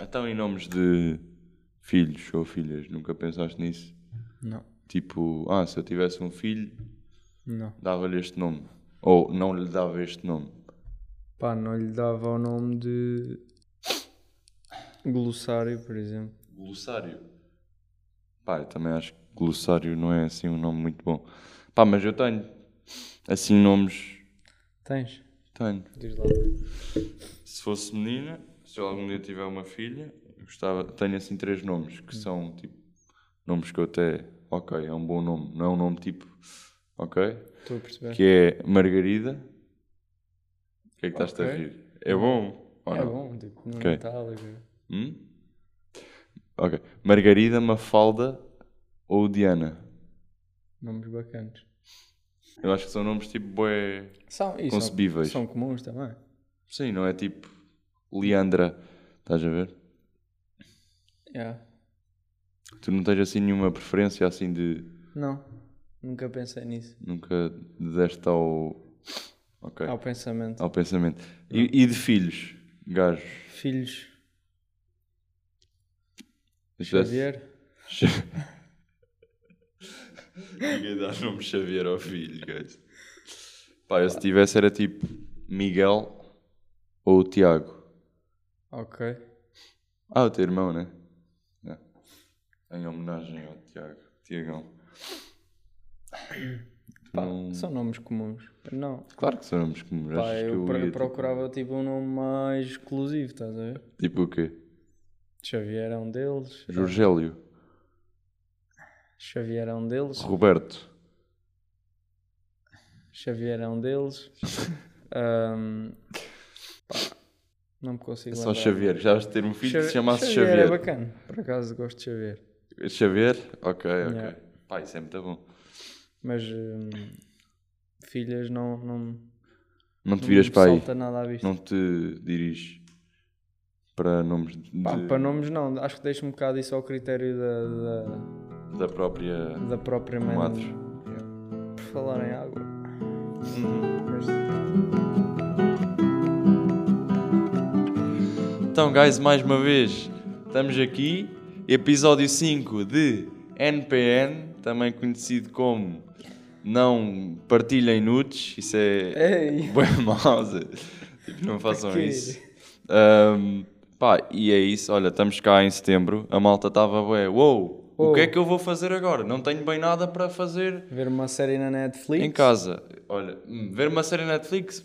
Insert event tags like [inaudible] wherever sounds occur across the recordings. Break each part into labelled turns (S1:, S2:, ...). S1: Então, em nomes de filhos ou filhas, nunca pensaste nisso?
S2: Não,
S1: Tipo, ah, se eu tivesse um filho,
S2: não.
S1: dava-lhe este nome. Ou não lhe dava este nome.
S2: Pá, não lhe dava o nome de. Glossário, por exemplo.
S1: Glossário. Pá, eu também acho que glossário não é assim um nome muito bom. Pá, mas eu tenho. Assim, nomes.
S2: Tens?
S1: Tenho.
S2: Diz lá.
S1: Se fosse menina, se eu algum dia tiver uma filha, eu gostava. Tenho assim três nomes que são tipo. Nomes que eu até. Ok, é um bom nome. Não é um nome tipo. Ok?
S2: Estou a perceber.
S1: Que é Margarida. O que é que estás a
S2: Ok.
S1: rir? É bom? Ou
S2: É
S1: não?
S2: bom, tipo, no
S1: Ok.
S2: Natal. e-
S1: Hum? Ok. Margarida, Mafalda ou Diana?
S2: Nomes bacanas.
S1: Eu acho que são nomes tipo bué.
S2: São, e são-
S1: Concebíveis.
S2: São, comuns também.
S1: Sim, não é tipo Leandra. Estás a ver?
S2: Yeah.
S1: Tu não tens assim nenhuma preferência assim de.
S2: Não, nunca pensei nisso.
S1: Nunca deste ao. Ok.
S2: Ao pensamento.
S1: Ao pensamento. E, e de filhos? Gajos.
S2: Filhos,
S1: Xavier.
S2: Xavier.
S1: Ninguém dá nome Xavier ao filho, gajo. Pá, eu se tivesse era tipo Miguel ou Tiago.
S2: Ok.
S1: Ah, o teu irmão, né? É. Em homenagem ao Tiago. Tiagão.
S2: Pá,
S1: Não-
S2: São nomes comuns. Não.
S1: Claro que são nomes comuns.
S2: Pá,
S1: Achas que
S2: eu, pro-
S1: ia, tipo,
S2: procurava tipo um nome mais exclusivo, estás a ver?
S1: Tipo o quê?
S2: Xavier é um
S1: Hum.
S2: deles.
S1: Jorgélio.
S2: Xavier é um deles.
S1: Roberto.
S2: Xavier é
S1: [laughs]
S2: um deles. Ahm, pá, não me consigo
S1: É só
S2: lembrar.
S1: Xavier. Já has de ter um filho que
S2: Xavi-
S1: se chamasse
S2: Xavier
S1: Xavier.
S2: é bacana. Por acaso gosto de Xavier.
S1: Xavier? Ok, ok.
S2: Yeah.
S1: Pá, isso é muito bom.
S2: Mas hum, filhas não, não,
S1: Não te
S2: não
S1: viras
S2: me
S1: para aí.
S2: salta nada à vista.
S1: Não te diriges para nomes de,
S2: Pá, para nomes não. Acho que deixo um bocado isso ao critério da- da,
S1: da própria
S2: da própria mãe.
S1: comadre.
S2: Por falar em água.
S1: Uhum. Então, guys, mais uma vez, estamos aqui, episódio 5 de NPN, também conhecido como Não Partilhem Nudes, isso é
S2: Ei!
S1: boa mouse, tipo, não façam
S2: quê?
S1: isso. Ahm, pá, e é isso, olha, estamos cá em setembro, a malta estava ué, uou, o que é
S2: Uou.
S1: que eu vou fazer agora? Não tenho bem nada para fazer
S2: Ver uma série na Netflix?
S1: em casa. Olha, hum, ver uma série Netflix,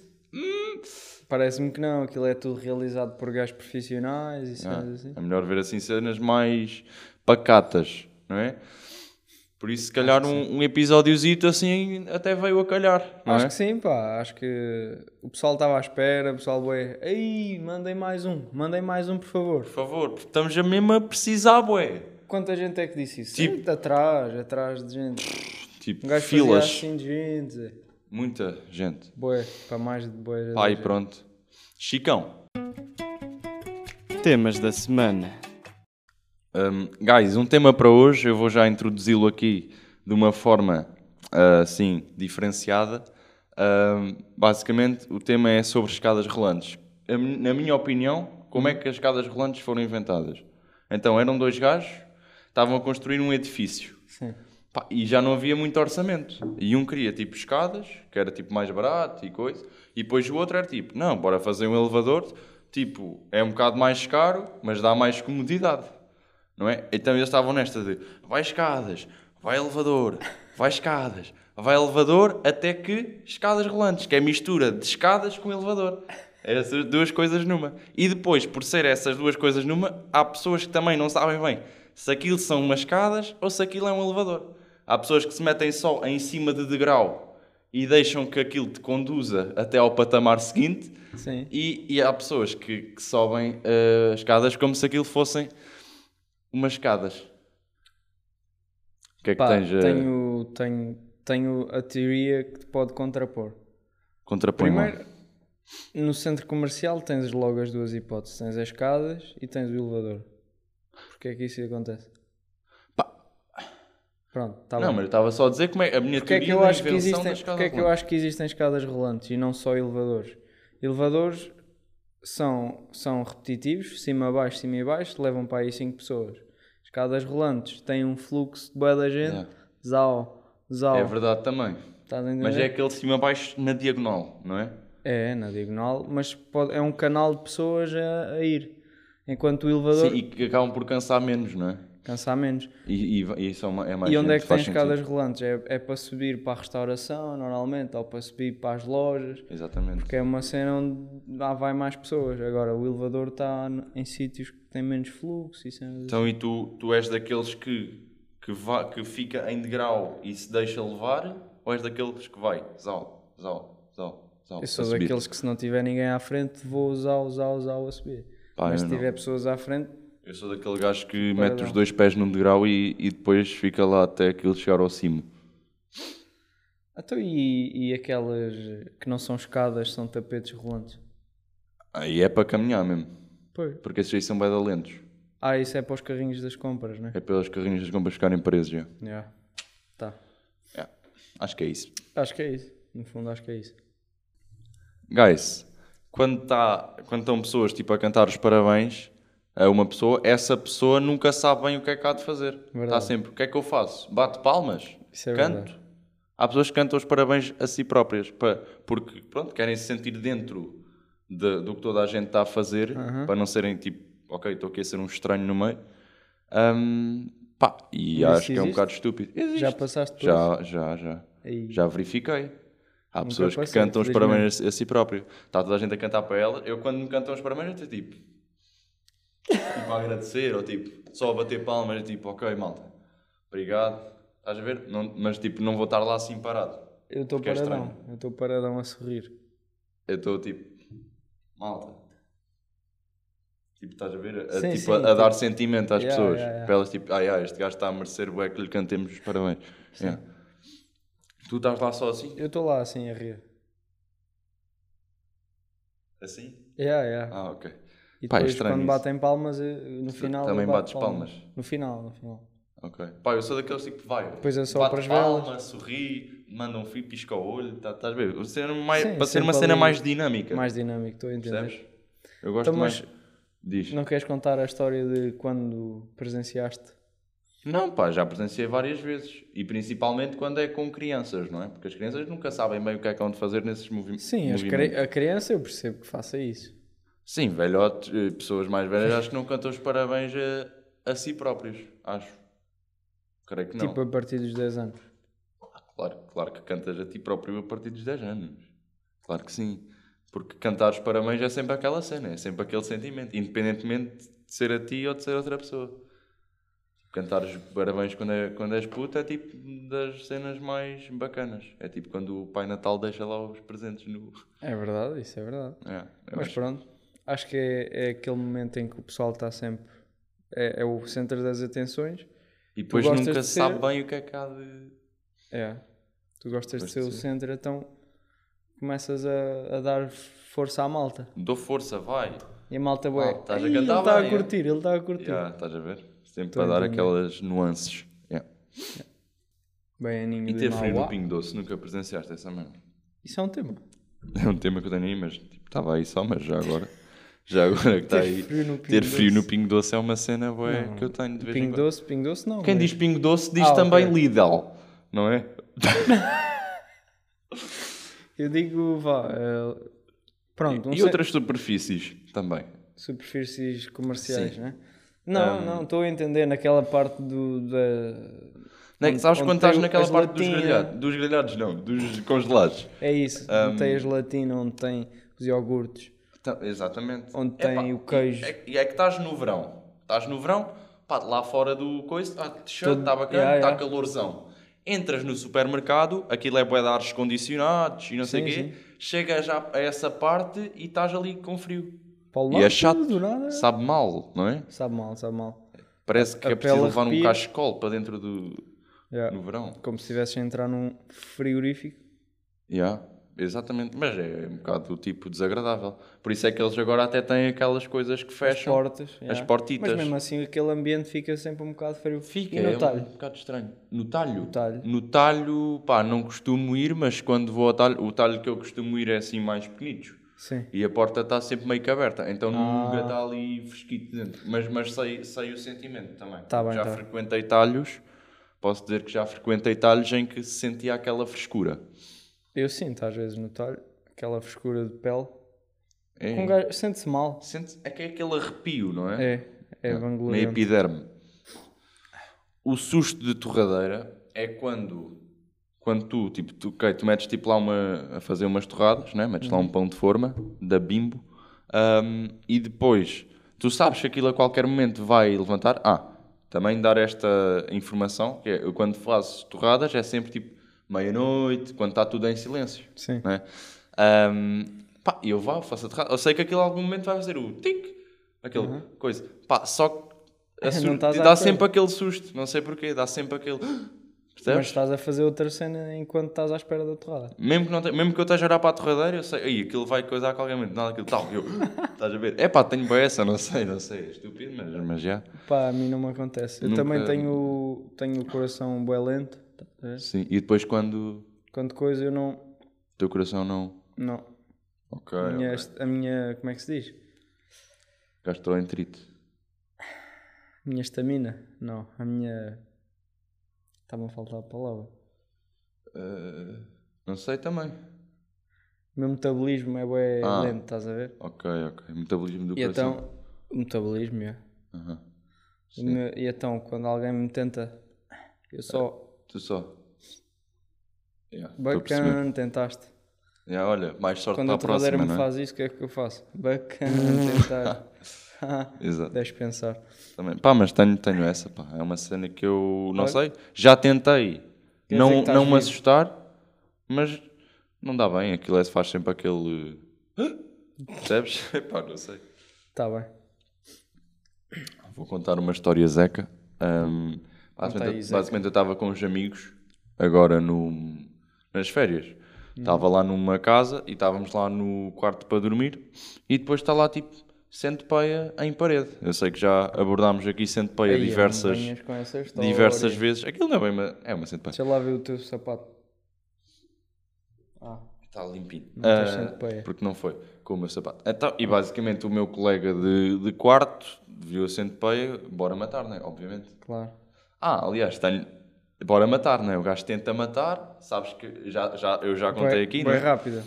S2: Parece-me que não, aquilo é tudo realizado por gajos profissionais e cenas assim.
S1: É melhor ver assim cenas mais pacatas, não é? Por isso, se calhar, um, um episódiozito assim até veio a calhar, não
S2: Acho
S1: é?
S2: que sim, pá. Acho que o pessoal estava à espera, o pessoal bué. Ei, mandem mais um, mandem mais um, por favor.
S1: Por favor, porque estamos a mesmo a precisar, bué.
S2: Quanta gente é que disse isso?
S1: Tipo-
S2: Gente atrás, atrás de gente.
S1: Tipo,
S2: Um gajo
S1: filas.
S2: Filas. assim de gente.
S1: Muita gente.
S2: Bué, para mais de bué.
S1: Pá, e
S2: gente.
S1: pronto. Chicão.
S3: Temas da semana.
S1: Um, guys, um tema para hoje, eu vou já introduzi-lo aqui de uma forma ah, assim diferenciada. Um, basicamente, o tema é sobre escadas rolantes. A mi- na minha opinião, como é que as escadas rolantes foram inventadas? Então, eram dois gajos, estavam a construir um edifício.
S2: Sim.
S1: Pá, e já não havia muito orçamento. E um queria tipo escadas, que era tipo mais barato e coisa, e depois o outro era tipo, não, bora fazer um elevador, tipo, é um bocado mais caro, mas dá mais comodidade. Não é? Então eles estavam nesta de vai escadas, vai elevador, vai escadas, vai elevador, até que escadas rolantes, que é mistura de escadas com elevador. Era Essas duas coisas numa. E depois, por ser essas duas coisas numa, há pessoas que também não sabem bem se aquilo são umas escadas ou se aquilo é um elevador. Há pessoas que se metem só em cima de degrau e deixam que aquilo te conduza até ao patamar seguinte.
S2: Sim.
S1: E, e há pessoas que, que sobem eh, escadas como se aquilo fossem umas escadas. O que é que
S2: Pá,
S1: tens a
S2: tenho, tenho, tenho a teoria que te pode contrapor.
S1: contrapõe lá?
S2: Primeiro, no centro comercial tens logo as duas hipóteses: tens as escadas e tens o elevador. Porquê é que isso acontece? Pronto, tá está
S1: Não,
S2: bem.
S1: mas eu estava só a dizer como é a minha
S2: Porquê é que
S1: teoria
S2: eu
S1: da
S2: acho que
S1: invenção da
S2: existem,
S1: escada
S2: porque é que eu
S1: rolante.
S2: acho que existem escadas rolantes e não só elevadores? Elevadores são, são repetitivos, cima a baixo, cima e baixo, levam para aí 5 pessoas. Escadas rolantes têm um fluxo de boa da gente,
S1: Yeah.
S2: zau, zau.
S1: É verdade também.
S2: Estás a entender?
S1: Mas é aquele de cima a baixo na diagonal, não é?
S2: É, na diagonal, mas pode- é um canal de pessoas a, a ir. Enquanto o elevador
S1: Sim, e que acabam por cansar menos, não é?
S2: cansa menos.
S1: E, e- e isso é, uma- é mais
S2: e onde é
S1: gente,
S2: que tem
S1: faz
S2: escadas
S1: sentido.
S2: rolantes? É, é para subir para a restauração, normalmente, ou para subir para as lojas,
S1: Exatamente.
S2: que é uma cena onde lá vai mais pessoas. Agora, o elevador está n- em sítios que têm menos fluxo e cenas assim.
S1: Então, e tu, tu és daqueles que, que, va, que fica em degrau e se deixa levar? Ou és daqueles que vai? Zau, zau, zau, zau.
S2: Eu
S1: a
S2: sou
S1: subir?
S2: daqueles que se não tiver ninguém à frente vou usar, usar, usar a subir.
S1: Pá,
S2: Mas
S1: eu
S2: se
S1: não.
S2: tiver pessoas à frente,
S1: Eu sou daquele gajo que mete os
S2: Paradão.
S1: dois pés num degrau e, e depois fica lá até aquilo chegar ao cimo.
S2: então e, e aquelas que não são escadas, são tapetes rolantes?
S1: Aí é para caminhar mesmo.
S2: Pois.
S1: Porque esses aí são bem lentos.
S2: Ah, isso é para os carrinhos das compras, né?
S1: É pelos carrinhos das compras ficarem presos já.
S2: Já. Tá.
S1: Yeah. Acho que é isso.
S2: Acho que é isso. No fundo, acho que é isso.
S1: Guys, quando, tá, quando estão pessoas tipo, a cantar os parabéns a uma pessoa, essa pessoa nunca sabe bem o que é que há de fazer. Está
S2: Verdade.
S1: sempre, o que é que eu faço? Bate palmas?
S2: Isso é
S1: canto?
S2: verdade.
S1: Há pessoas que cantam os parabéns a si próprias, pa- porque pronto, querem se sentir dentro de- do que toda a gente está a fazer, para não serem tipo, ok, estou aqui a ser um estranho no meio. Ahm, pá, e
S2: Mas
S1: acho que é um
S2: existe?
S1: bocado estúpido. Existe.
S2: Já passaste por isso?
S1: Já, já, já.
S2: Aí.
S1: Já verifiquei. Há pessoas que
S2: passei,
S1: cantam os
S2: felizmente.
S1: parabéns a, a si próprio. Está toda a gente a cantar para elas. Eu, quando me cantam os parabéns, eu estou tipo. tipo a agradecer, ou tipo, só a bater palmas, eu, tipo, ok, malta, obrigado. Estás a ver? Não- mas tipo, não vou estar lá assim parado.
S2: Eu estou
S1: Porque é
S2: paradão. Eu estou paradão a sorrir.
S1: Eu estou tipo, malta. Tipo, estás a ver? A,
S2: Sim,
S1: tipo,
S2: sim,
S1: a, a
S2: tipo-
S1: dar sentimento às
S2: Yeah,
S1: pessoas.
S2: yeah, yeah.
S1: Para elas, tipo, ai, ai, este gajo está a merecer, bué, que lhe cantemos os parabéns. Yeah. Tu estás lá só assim?
S2: Eu estou lá assim a rir.
S1: Assim?
S2: Yeah, yeah.
S1: Ah, ok.
S2: E
S1: Pá, é
S2: depois,
S1: estranho
S2: quando
S1: isso.
S2: batem palmas, eu- no final.
S1: também
S2: eu bato
S1: bates palmas?
S2: No final, no final.
S1: Ok. Pá, eu sou daqueles tipo, vai.
S2: Depois
S1: é
S2: assopra
S1: só
S2: as
S1: palma, sorri, manda um fio, pisca o olho, tá- estás a ver? Para ser, mais,
S2: Sim,
S1: para ser uma
S2: sempre
S1: cena
S2: ali-
S1: mais dinâmica.
S2: Mais dinâmico, estou a entender.
S1: percebes? Eu gosto
S2: Então, mas-
S1: mais. Diz. Não.
S2: Não queres contar a história de quando presenciaste?
S1: pá, já presenciei várias vezes. E principalmente quando é com crianças, não é? Porque as crianças nunca sabem bem o que é que vão fazer nesses movi
S2: Sim, as
S1: movimentos.
S2: cri- a criança eu percebo que faça isso.
S1: Sim, velhote, eh, pessoas mais velhas acho que não cantam os parabéns eh, a, a si próprios. Acho. Creio que não.
S2: Tipo a partir dos 10 anos.
S1: Claro, claro que cantas a ti próprio a partir dos 10 anos. Claro que sim. Porque cantar os parabéns é sempre aquela cena, é sempre aquele sentimento, independentemente de ser a ti ou de ser outra pessoa. Tipo, Cantar os parabéns quando, é, quando és puto é tipo das cenas mais bacanas. É tipo quando o Pai Natal deixa lá os presentes no.
S2: É verdade, isso é verdade.
S1: É, eu
S2: Mas
S1: acho-
S2: pronto, acho que é, é aquele momento em que o pessoal está sempre. É, é o centro das atenções.
S1: e depois
S2: gostas
S1: nunca
S2: de
S1: se
S2: ser-
S1: sabe bem o que é que há de.
S2: É. Tu gostas de
S1: Gosto
S2: ser o
S1: de ser.
S2: centro, então começas a, a dar força à malta.
S1: Dou força, vai!
S2: E a malta, ué,
S1: Ah, estás a
S2: "Ei, ele
S1: cantar
S2: está
S1: bem,
S2: a
S1: é?"
S2: curtir, ele está a curtir.
S1: Yeah, estás a ver? Sempre
S2: Estou a
S1: para dar
S2: entender.
S1: aquelas nuances. Yeah.
S2: Bem,
S1: E
S2: aninho de
S1: ter frio no
S2: Mauá.
S1: Pingo Doce, nunca presenciaste essa merda.
S2: Isso é um tema.
S1: É um tema que eu tenho aí, mas tipo, estava aí só, mas já agora. Já agora que está
S2: Ter
S1: aí.
S2: frio no
S1: ter
S2: Pingo
S1: frio no
S2: Doce.
S1: Pingo Doce é uma cena bué, que eu tenho de vez em
S2: Pingo
S1: quando.
S2: doce, pingo doce não.
S1: Quem
S2: mas-
S1: diz Pingo Doce diz
S2: Ah, ok.
S1: também Lidl, não é?
S2: Eu digo, vá. eh, pronto, um
S1: e
S2: centro-
S1: outras superfícies também.
S2: superfícies comerciais,
S1: Sim. Um,
S2: né? Não, não, estou a entender naquela parte do. Da...
S1: Não é que
S2: Onde-
S1: sabes
S2: onde
S1: quando estás
S2: tem
S1: naquela
S2: a
S1: parte dos
S2: gelatina.
S1: grelhados? Dos grelhados, não, dos congelados.
S2: É isso,
S1: um,
S2: onde tem a gelatina, onde tem os iogurtes.
S1: Tá, exatamente.
S2: Onde tem o queijo.
S1: E é, e é que estás no verão. Estás no verão, pá, lá fora do ah, coice, está t-shirt,
S2: Todo-
S1: está tá bacana, está
S2: Yeah, yeah.
S1: calorzão. Entras no supermercado, aquilo é bué de ares condicionados e não sei o
S2: Sim,
S1: quê. Chegas já a essa parte e estás ali com frio.
S2: Paulo
S1: e é
S2: Lopes,
S1: chato.
S2: Do nada.
S1: Sabe mal, não é?
S2: Sabe mal, sabe mal.
S1: Parece que
S2: A
S1: é preciso
S2: pele
S1: levar um
S2: arrepia.
S1: cachecol para dentro do...
S2: Yeah.
S1: no verão.
S2: Como se estivesses a entrar num frigorífico.
S1: Yeah, exatamente. Mas é um bocado do tipo desagradável. Por isso é que eles agora até têm aquelas coisas que fecham.
S2: Portas. yeah.
S1: Então, portitas.
S2: Mas mesmo assim, aquele ambiente fica sempre um bocado frio.
S1: Fica,
S2: E no
S1: é
S2: talho?
S1: um bocado estranho. No talho? No
S2: talho.
S1: talho, pá, não costumo ir, mas quando vou ao talho, o talho que eu costumo ir é assim mais pequenito.
S2: Sim.
S1: E a porta está sempre meio que aberta, então nunca
S2: Ah.
S1: está ali fresquito dentro. Mas, mas sei, sei o sentimento também.
S2: Tá bem,
S1: já
S2: tá.
S1: frequentei talhos, posso dizer que já frequentei talhos em que se sentia aquela frescura.
S2: Eu sinto às vezes no talho aquela frescura de pele.
S1: É,
S2: Um gajo sente-se mal.
S1: sente- é que é aquele arrepio, não é?
S2: É, é
S1: Na
S2: vangloriante.
S1: epiderme. O susto de torradeira é quando, quando tu, tipo, tu, ok, tu metes tipo lá uma, a fazer umas torradas, né? metes lá um pão de forma da bimbo ahm, e depois tu sabes que aquilo a qualquer momento vai levantar. Ah, também dar esta informação, que é eu quando faço torradas é sempre tipo meia-noite, quando está tudo em silêncio
S2: Sim.
S1: né? Ahm, pá, eu vá, faço a terra- Eu sei que aquilo a algum momento vai fazer o tic, aquele coisa. Pá, só
S2: [laughs]
S1: que a su-
S2: Uhum. Não estás à
S1: dá
S2: espera.
S1: sempre aquele susto, não sei porquê, dá sempre aquele. [gasps]
S2: Mas tá.
S1: Percebes?
S2: estás a fazer outra cena enquanto estás à espera da torrada.
S1: Mesmo que, não te- mesmo que eu esteja a olhar para a torradeira, eu sei, aí aquilo vai coisar com alguém, mas nada, aquilo tal, eu, [laughs] estás a ver? É pá, tenho boa essa, não sei, não sei, é estúpido, mas, mas já.
S2: Pá, a mim não me acontece. Eu
S1: Nunca-
S2: também tenho, tenho o coração bué lento. tá a ver?
S1: Sim, e depois quando
S2: Quando coisa eu não...
S1: o teu coração não.
S2: Não.
S1: Ok,
S2: A minha,
S1: ok.
S2: est- a minha... Como é que se diz?
S1: gastroenterite.
S2: A minha estamina. Não. A minha... Está-me a faltar a palavra.
S1: Ah, não sei também.
S2: O meu metabolismo é bué
S1: Ah.
S2: lento, estás a ver?
S1: Ok, ok. Metabolismo do
S2: E
S1: coração.
S2: então... O metabolismo, é.
S1: Aham.
S2: O meu- E então, quando alguém me tenta... Eu só...
S1: Tu só. Yeah, estou a perceber.
S2: Bacana, tentaste.
S1: Yeah, olha, mais sorte
S2: Quando
S1: para
S2: a
S1: a próxima,
S2: torradeira me
S1: não é?
S2: faz isso, o que é que eu faço? Bacana,
S1: [laughs]
S2: tentar.
S1: Exato.
S2: Deixa pensar.
S1: Também. Pá, mas tenho, tenho essa, pá. É uma cena que eu não sei. Já tentei
S2: Quer dizer que
S1: não,
S2: estás
S1: não me
S2: vivo.
S1: assustar, mas não dá bem. Aquilo é, faz sempre aquele... [gasps] Percebes? [laughs] Pá, não sei.
S2: Está Tá bem.
S1: Vou contar uma história zeca. Ahm, basicamente,
S2: aí, Zeca.
S1: basicamente eu estava com os amigos agora no, nas férias.
S2: Hum.
S1: Estava lá numa casa e estávamos lá no quarto para dormir e depois está lá tipo centopeia em parede. Eu sei que já abordámos aqui centopeia
S2: Aí,
S1: É
S2: é
S1: diversas,
S2: não venhas com essa história.
S1: diversas vezes. Aquilo não é bem uma, é uma centopeia.
S2: Deixa lá ver o teu sapato. Ah,
S1: Está limpinho.
S2: Não tens
S1: Ah,
S2: centopeia.
S1: porque não foi com o meu sapato. Então, e basicamente o meu colega de, de quarto viu a centopeia, bora matar, né? Obviamente.
S2: claro.
S1: Ah, aliás, tenho. Bora matar, não é? O gajo tenta matar, sabes que já, já, eu já contei
S2: Bem-
S1: aqui,
S2: bem
S1: não é?
S2: rápida.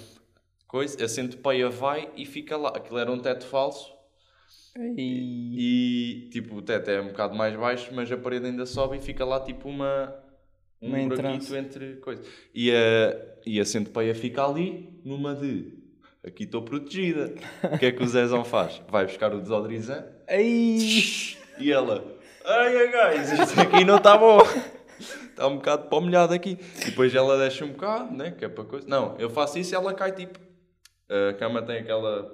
S1: Coisa, a centopeia vai e fica lá. Aquilo era um teto falso
S2: E...
S1: e tipo, o teto é um bocado mais baixo, mas a parede ainda sobe e fica lá tipo uma. Um
S2: Uma
S1: buraquito
S2: entrança.
S1: entre coisas. E a, e a centopeia fica ali numa de. Aqui estou protegida. O que é que o Zezão faz? Vai buscar o desodorizante
S2: Aí...
S1: E ela, ai ai, guys, isto aqui não está bom. Está um bocado para o molhado aqui. E depois ela deixa um bocado, né? Que é para coisa. Não, eu faço isso e ela cai tipo. A cama tem aquela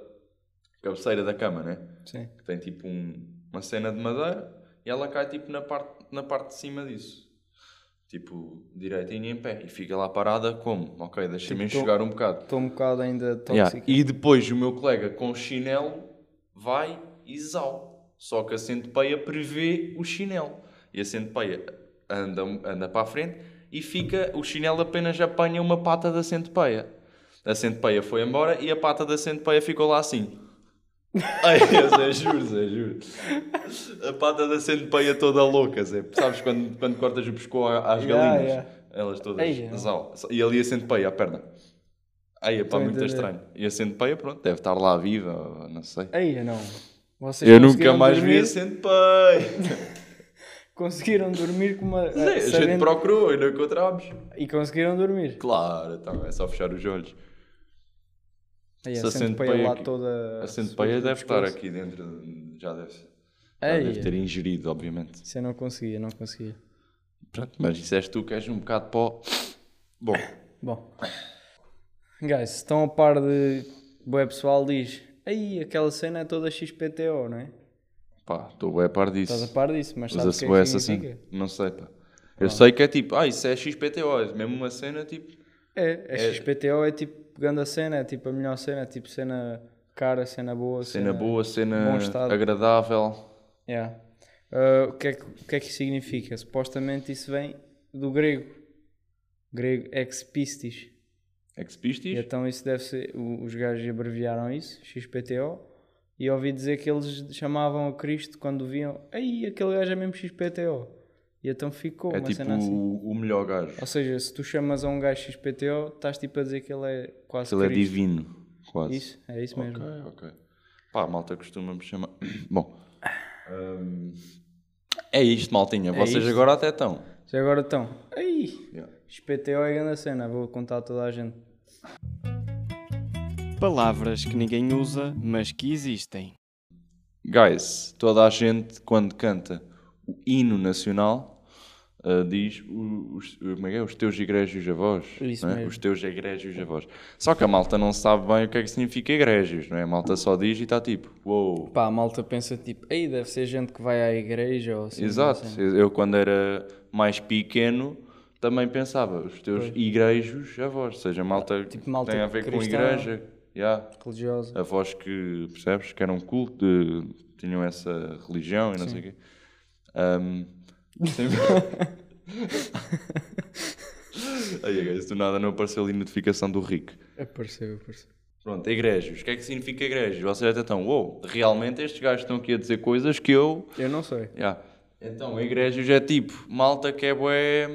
S1: cabeceira da cama, né?
S2: Sim.
S1: Que tem tipo um- uma cena de madeira e ela cai tipo na parte, na parte de cima disso. Tipo, direitinho em pé. E fica lá parada como? Ok, deixa-me
S2: Tipo, tô-
S1: enxugar um bocado.
S2: Estou um bocado ainda
S1: Yeah,
S2: tóxico.
S1: E depois o meu colega com chinelo vai e zau. Só que a centopeia prevê o chinelo. E a centopeia anda, anda para a frente e fica. O chinelo apenas apanha uma pata da centopeia. A centopeia foi embora e a pata da centopeia ficou lá assim. [laughs] Ai, Zé, juro, Zé, juro. A pata da centopeia toda louca, Zé. Sabes quando, quando cortas o pescoço às
S2: Yeah,
S1: galinhas?
S2: yeah.
S1: Elas todas.
S2: Ai,
S1: zau. E ali a centopeia, a perna. Aí, é pá,
S2: a
S1: muito
S2: entender.
S1: estranho. E a centopeia, pronto, deve estar lá viva, ou não sei.
S2: Aí, não. Vocês
S1: Eu nunca
S2: conseguiram
S1: mais vi
S2: dormir-
S1: a centopeia.
S2: Conseguiram dormir com uma...
S1: Zé, a gente
S2: sabendo-
S1: procurou e não encontramos.
S2: E conseguiram dormir.
S1: Claro, então é só fechar os olhos.
S2: Aí,
S1: Se a
S2: a centopeia
S1: centopeia
S2: lá
S1: aqui-
S2: toda...
S1: A centopeia
S2: subida no
S1: deve estar
S2: pescoço.
S1: aqui dentro, já deve, já
S2: Ei.
S1: deve ter ingerido, obviamente.
S2: Isso eu não conseguia, não conseguia.
S1: Pronto, mas disseste tu que és um bocado pó. Bom,
S2: Bom. Guys, estão a par de. Boé pessoal diz. Aí, aquela cena é toda XPTO, não é?
S1: pá, estou bem a par
S2: Estás a
S1: disso.
S2: par disso, mas sabes
S1: Usa-se
S2: o que
S1: bué
S2: é que
S1: essa cena?
S2: significa?
S1: Não sei, pá. Eu sei que é tipo, ah, isso é XPTO, é mesmo uma cena tipo.
S2: É, a XPTO é tipo pegando a cena, é tipo a melhor cena, é tipo cena cara, cena boa,
S1: Cena boa,
S2: bom
S1: cena
S2: estado.
S1: agradável.
S2: Yeah. Ah, o, que é que, o que é que significa? Supostamente isso vem do grego. Grego ex pistis.
S1: É Expistis?
S2: E então isso deve ser. o- Os gajos abreviaram isso, XPTO, e ouvi dizer que eles chamavam a Cristo quando viam. Ei, aquele gajo é mesmo XPTO. E então ficou
S1: é
S2: uma
S1: tipo
S2: cena assim.
S1: o, o melhor gajo.
S2: Ou seja, se tu chamas a um gajo XPTO, estás tipo a dizer que ele é quase
S1: Se ele é
S2: Cristo.
S1: divino, quase.
S2: Isso, é isso mesmo.
S1: Ok, ok. Pá, a malta costuma-me chamar. [coughs] Bom. hum, é isto, maltinha. Vocês
S2: isto.
S1: agora até estão.
S2: Já agora estão. Ei! XPTO é grande a cena, vou contar a toda a gente.
S3: Palavras que ninguém usa, mas que existem.
S1: Guys, toda a gente, quando canta o hino nacional, ah, diz o- os, como é que é? os teus egrégios avós.
S2: Isso
S1: não é?
S2: mesmo.
S1: Os teus egrégios avós. Só que a malta não sabe bem o que é que significa egrégios, não é? A malta só diz e está tipo, uou.
S2: Pá, a malta pensa tipo, ei, deve ser gente que vai à igreja ou assim.
S1: Exato.
S2: assim.
S1: Eu, eu, quando era mais pequeno, também pensava os teus igrejos avós. Ou seja, a malta,
S2: Tipo malta
S1: tem a ver com
S2: cristã.
S1: igreja. Yeah.
S2: Religiosa.
S1: avós que, percebes, que eram culto, de- tinham essa religião e não sei o quê. Ahm,
S2: [laughs]
S1: sempre- Aí, guys, do nada não apareceu ali notificação do Rick.
S2: Apareceu, apareceu.
S1: Pronto, egrégios. O que é que significa egrégios? Vocês até estão, uou, realmente estes gajos estão aqui a dizer coisas que eu...
S2: Eu não sei.
S1: Ya. Então, egrégios é tipo, malta que é bué...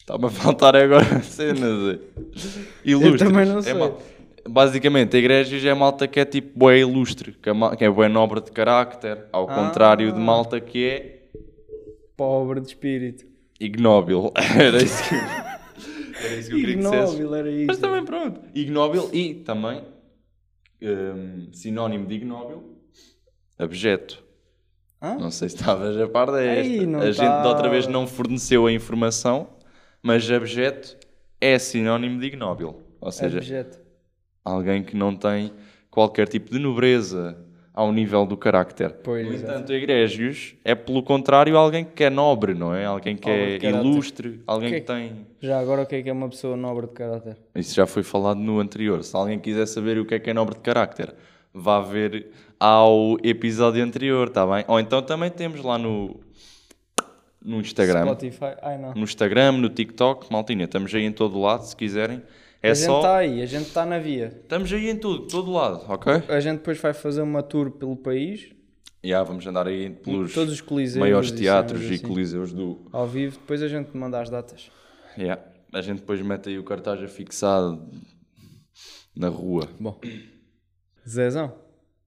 S1: Está-me a faltar agora [laughs] cenas. Ilustres.
S2: também não
S1: É
S2: sei.
S1: mal- Basicamente, egrégios é malta que é tipo bué ilustre, que é, ma- que é bué nobre de carácter, ao
S2: Ah.
S1: contrário de malta que é
S2: Pobre de espírito.
S1: ignóbil. [laughs] Era isso que, era isso que eu queria que dissesse.
S2: Ignóbil era isso.
S1: Mas tá- também pronto. Ignóbil e também hum, sinónimo de ignóbil, abjeto.
S2: Hã?
S1: Não sei se estavas a par desta.
S2: Ei, não tá.
S1: a gente da outra vez
S2: estava.
S1: não forneceu a informação, mas abjeto é sinónimo de ignóbil. Ou
S2: É
S1: seja,
S2: Abjeto.
S1: alguém que não tem qualquer tipo de nobreza ao nível do carácter.
S2: Pois,
S1: no
S2: exato.
S1: entanto, egrégios é, pelo contrário, alguém que é nobre, não é? Alguém que
S2: Nobre de
S1: é
S2: caráter.
S1: ilustre, alguém
S2: Que-
S1: que tem...
S2: Já agora o que é que é uma pessoa nobre de caráter?
S1: Isso já foi falado no anterior. Se alguém quiser saber o que é que é nobre de carácter, vá ver ao episódio anterior, está bem? Ou então também temos lá no, no Instagram.
S2: Spotify? Ai não.
S1: No Instagram, no TikTok, Maltinha, estamos aí em todo lado, se quiserem. É
S2: a gente tá-
S1: só.
S2: está aí, a gente está na via.
S1: Estamos aí em tudo, todo lado, ok?
S2: A gente depois vai fazer uma tour pelo país,
S1: E ah, vamos andar aí pelos
S2: todos os coliseus.
S1: maiores
S2: e
S1: teatros e
S2: cenas assim.
S1: coliseus do.
S2: Ao vivo, depois a gente manda as datas.
S1: Yeah. A gente depois mete aí o cartaz afixado na rua.
S2: Bom. Zezão,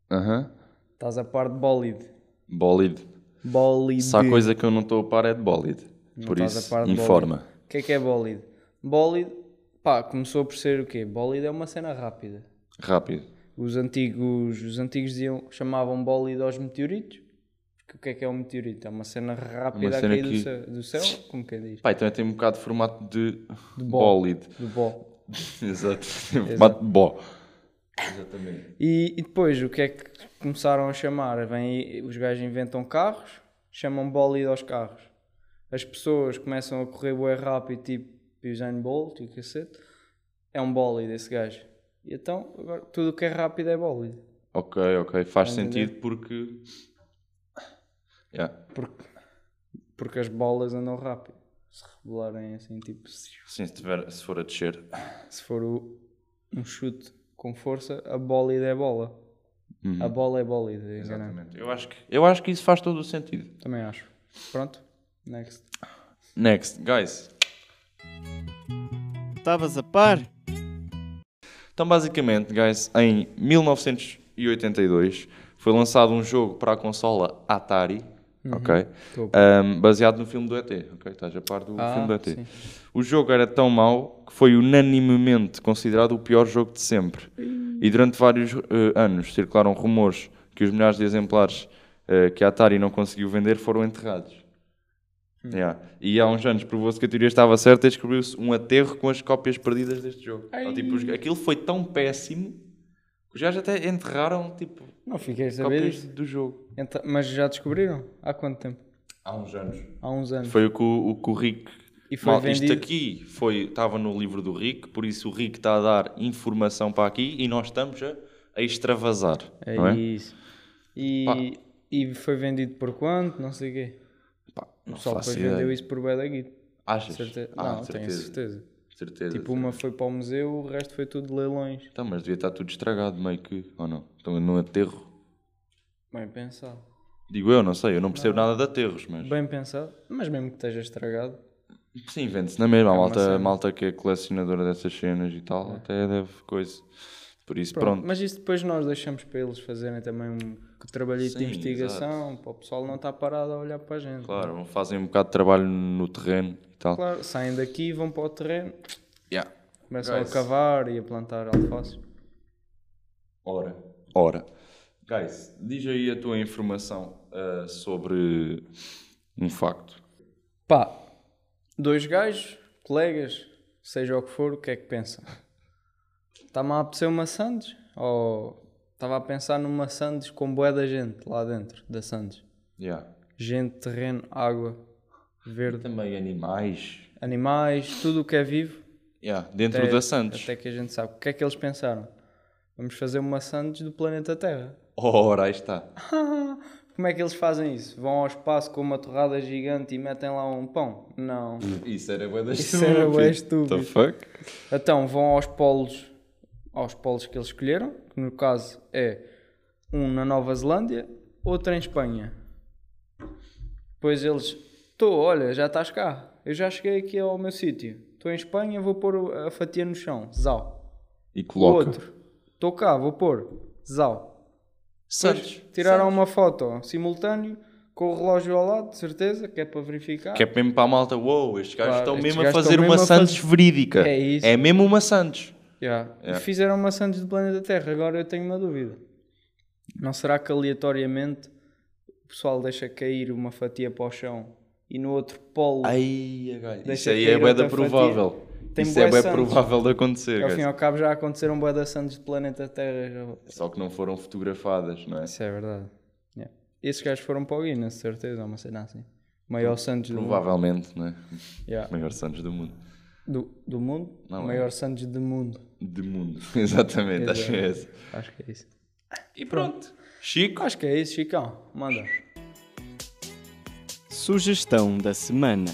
S1: Aham.
S2: estás a par de bólide.
S1: Bólide.
S2: Bólide.
S1: Se há coisa que eu não estou a par é de bólide. Por
S2: estás
S1: isso,
S2: a par de
S1: informa.
S2: O que é que é bólide? Bólide, pá, começou por ser o quê? Bólide é uma cena rápida.
S1: Rápido.
S2: Os antigos, os antigos diziam, chamavam bólide aos meteoritos. Porque o que é que é um meteorito? É uma cena rápida
S1: cena
S2: a cair
S1: que-
S2: do, céu, do céu, como quem diz?
S1: Pá, então tem um bocado de formato de, bólide. [laughs]
S2: Do bó.
S1: Exato. Tem formato de bó.
S2: E, e depois, o que é que começaram a chamar? Vem, aí- os gajos inventam carros, chamam bólide aos carros. As pessoas começam a correr bem rápido, tipo Usain Bolt e o cacete. É um bólide esse gajo. E então, agora, tudo o que é rápido é bólide.
S1: Ok, ok. Faz sentido porque. Yeah.
S2: Porque, porque as bolas andam rápido. Se rebolarem assim, tipo, se
S1: Sim, se, tiver, se for a descer.
S2: se for o- um chute com força, a bólida é bola. A bola é bólida, enganei.
S1: Eu acho, que, eu acho que isso faz todo o sentido.
S2: Também acho. Pronto, next.
S1: Next, guys.
S3: Estavas a par?
S1: Então, basicamente, guys, em 1982 foi lançado um jogo para a consola Atari,
S2: Uhum.
S1: ok?
S2: Tô.
S1: Um, baseado no filme do ET, ok? Estás a par do
S2: Ah,
S1: filme do ET.
S2: sim.
S1: O jogo era tão mau que foi unanimemente considerado o pior jogo de sempre. E durante vários eh, anos circularam rumores que os milhares de exemplares eh, que a Atari não conseguiu vender foram enterrados. Yeah. E há uns anos provou-se que a teoria estava certa e descobriu-se um aterro com as cópias perdidas deste jogo. Ou, tipo, os- aquilo foi tão péssimo que os gajos até enterraram tipo,
S2: Não fiquei a saber
S1: cópias
S2: isto.
S1: do jogo.
S2: Então- mas já descobriram? Há quanto tempo?
S1: Há uns anos.
S2: Há uns anos.
S1: Foi o que o, o que o Rick.
S2: E foi
S1: isto
S2: vendido?
S1: aqui foi, estava no livro do Rick, por isso o Rick está a dar informação para aqui e nós estamos a, a extravasar.
S2: É
S1: não é?
S2: isso. E, e foi vendido por quanto? Não sei o quê.
S1: Pá,
S2: O
S1: não
S2: pessoal
S1: faço
S2: depois
S1: ideia. Ah,
S2: vendeu isso por bué da guita.
S1: Achas?
S2: Certeza.
S1: Ah,
S2: não, tenho certeza.
S1: certeza.
S2: Tipo, uma foi para o museu, o resto foi tudo leilões.
S1: Então, mas devia estar tudo estragado, meio que, ou não? Estão num aterro.
S2: Bem pensado.
S1: Digo eu, não sei, eu não percebo nada de aterros, mas.
S2: Bem pensado, mas mesmo que esteja estragado.
S1: Sim, vende-se na mesma. A malta,
S2: cena. É.
S1: a malta que é colecionadora dessas cenas e tal, até deve coisa. Por isso,
S2: Pronto.
S1: pronto.
S2: Mas isso depois nós deixamos para eles fazerem também um trabalhito
S1: Sim,
S2: de investigação, para o pessoal não estar parado a olhar para a gente.
S1: Claro, fazem um bocado de trabalho no terreno e tal.
S2: Claro, saem daqui, vão para o terreno,
S1: Yeah.
S2: começam
S1: Guys.
S2: a cavar e a plantar alface.
S1: Ora. Ora. Guys, diz aí a tua informação ah, sobre um facto.
S2: Pá, dois gajos, colegas, seja o que for, o que é que pensam? Está-me a apetecer uma Sandes? Ou estava a pensar numa Sandes com bué da gente lá dentro da Sandes?
S1: Yeah.
S2: Gente, terreno, água, verde,
S1: Também animais.
S2: animais, tudo o que é vivo.
S1: Yeah. Dentro
S2: até-
S1: da Santos.
S2: Até que a gente sabe. O que é que eles pensaram? Vamos fazer uma Sandes do planeta Terra. [laughs]
S1: Ora, aí está. [laughs]
S2: Como é que eles fazem isso? Vão ao espaço com uma torrada gigante e metem lá um pão? Não.
S1: Isso era bué da
S2: Isso era bué estúpido.
S1: The fuck?
S2: Então vão aos polos, aos polos que eles escolheram, que no caso é um na Nova Zelândia, outro em Espanha. Depois eles, tô, olha, já estás cá, eu já cheguei aqui ao meu sítio, estou em Espanha, vou pôr o- a fatia no chão, zau.
S1: E
S2: O
S1: coloca.
S2: Outro, estou cá, vou pôr, zau.
S1: Santos.
S2: Tiraram uma foto simultâneo com o relógio ao lado, de certeza, que é para verificar.
S1: Que é mesmo para a malta, uou, estes gajos
S2: Claro,
S1: estão
S2: estes
S1: mesmo a
S2: gajos
S1: fazer
S2: estão
S1: uma
S2: mesmo a
S1: Santos verídica.
S2: É isso.
S1: É mesmo uma Santos.
S2: Yeah. E
S1: Yeah.
S2: Fizeram uma Santos do planeta Terra. Agora eu tenho uma dúvida. Não será que aleatoriamente o pessoal deixa cair uma fatia para o chão e no outro polo,
S1: Ai, galho. Isso
S2: Deixa
S1: aí
S2: cair
S1: é bué da
S2: outra
S1: provável.
S2: Tem
S1: Isso
S2: bué
S1: é bué
S2: Santos.
S1: provável de acontecer,
S2: ao fim e
S1: guys.
S2: ao cabo já aconteceram bué da Santos do planeta Terra. já-
S1: Só que não foram fotografadas, não é?
S2: Isso é verdade. Yeah. Esses gajos foram para o Guinness, de certeza, uma cena assim. Maior Santos do mundo.
S1: Provavelmente, não é?
S2: Yeah.
S1: Maior Santos do mundo.
S2: Do, do mundo?
S1: Não, é.
S2: Maior Santos do mundo.
S1: De mundo. [laughs] Exatamente, acho que é essa.
S2: Acho que é isso.
S1: E pronto. Chico.
S2: Acho que é isso, Chicão. Manda.
S3: Sugestão da semana.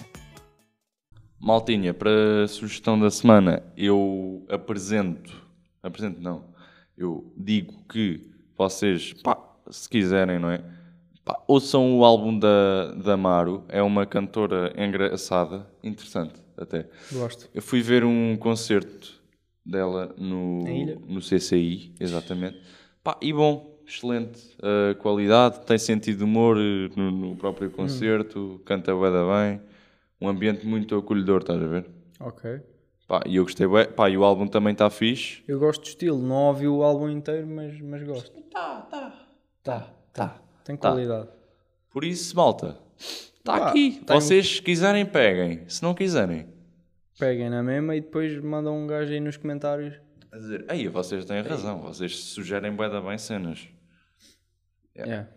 S1: Maltinha, para a sugestão da semana, eu apresento. Apresento não. Eu digo que vocês, pá, se quiserem, não é? Pá, ouçam o álbum da, da Maru. É uma cantora engraçada, interessante até.
S2: Gosto.
S1: Eu fui ver um concerto dela no,
S2: Na ilha?
S1: no CCI, exatamente. Pá, e bom, excelente uh, qualidade, tem sentido de humor uh, no, no próprio concerto, canta bué da bem, um ambiente muito acolhedor, estás a ver?
S2: Ok.
S1: Pá, e eu gostei bué. Pá, e o álbum também está fixe.
S2: Eu gosto do estilo, não ouvi o álbum inteiro, mas, mas gosto.
S1: Tá, tá.
S2: Tem
S1: Tá.
S2: qualidade.
S1: Por isso, malta, está
S2: Pá,
S1: aqui.
S2: tem um-
S1: Vocês se quiserem, peguem. Se não quiserem,
S2: Peguem na mesma e depois mandam um gajo aí nos comentários.
S1: a dizer, aí vocês têm razão, vocês sugerem bué da bem cenas.
S2: Yeah.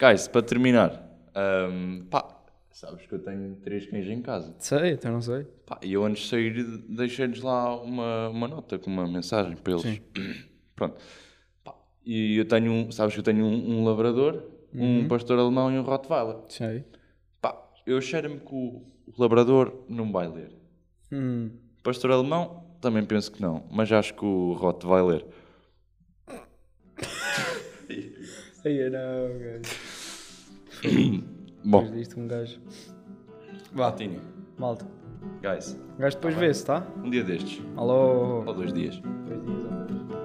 S1: Guys, para terminar, ahm, pá, sabes que eu tenho três cães em casa.
S2: Sei, até não sei.
S1: Pá, e eu antes de sair deixei-lhes lá uma, uma nota com uma mensagem para eles.
S2: Sim.
S1: [clears throat] Pronto. Pá, e eu tenho, um, sabes que eu tenho um, um labrador,
S2: Uhum.
S1: um pastor alemão e um Rottweiler.
S2: Sei.
S1: Pá, eu cheiro-me que o, o labrador não vai ler.
S2: Hum.
S1: Pastor alemão, também penso que não, mas acho que o Rottweiler.
S2: Aí não, gajo.
S1: Bom,
S2: Depois disto um gajo. Vá,
S1: Batinho,
S2: malta.
S1: guys,
S2: O gajo depois vê-se, tá?
S1: um dia destes,
S2: Alô. é
S1: ou dois dias.
S2: Depois diz, ó.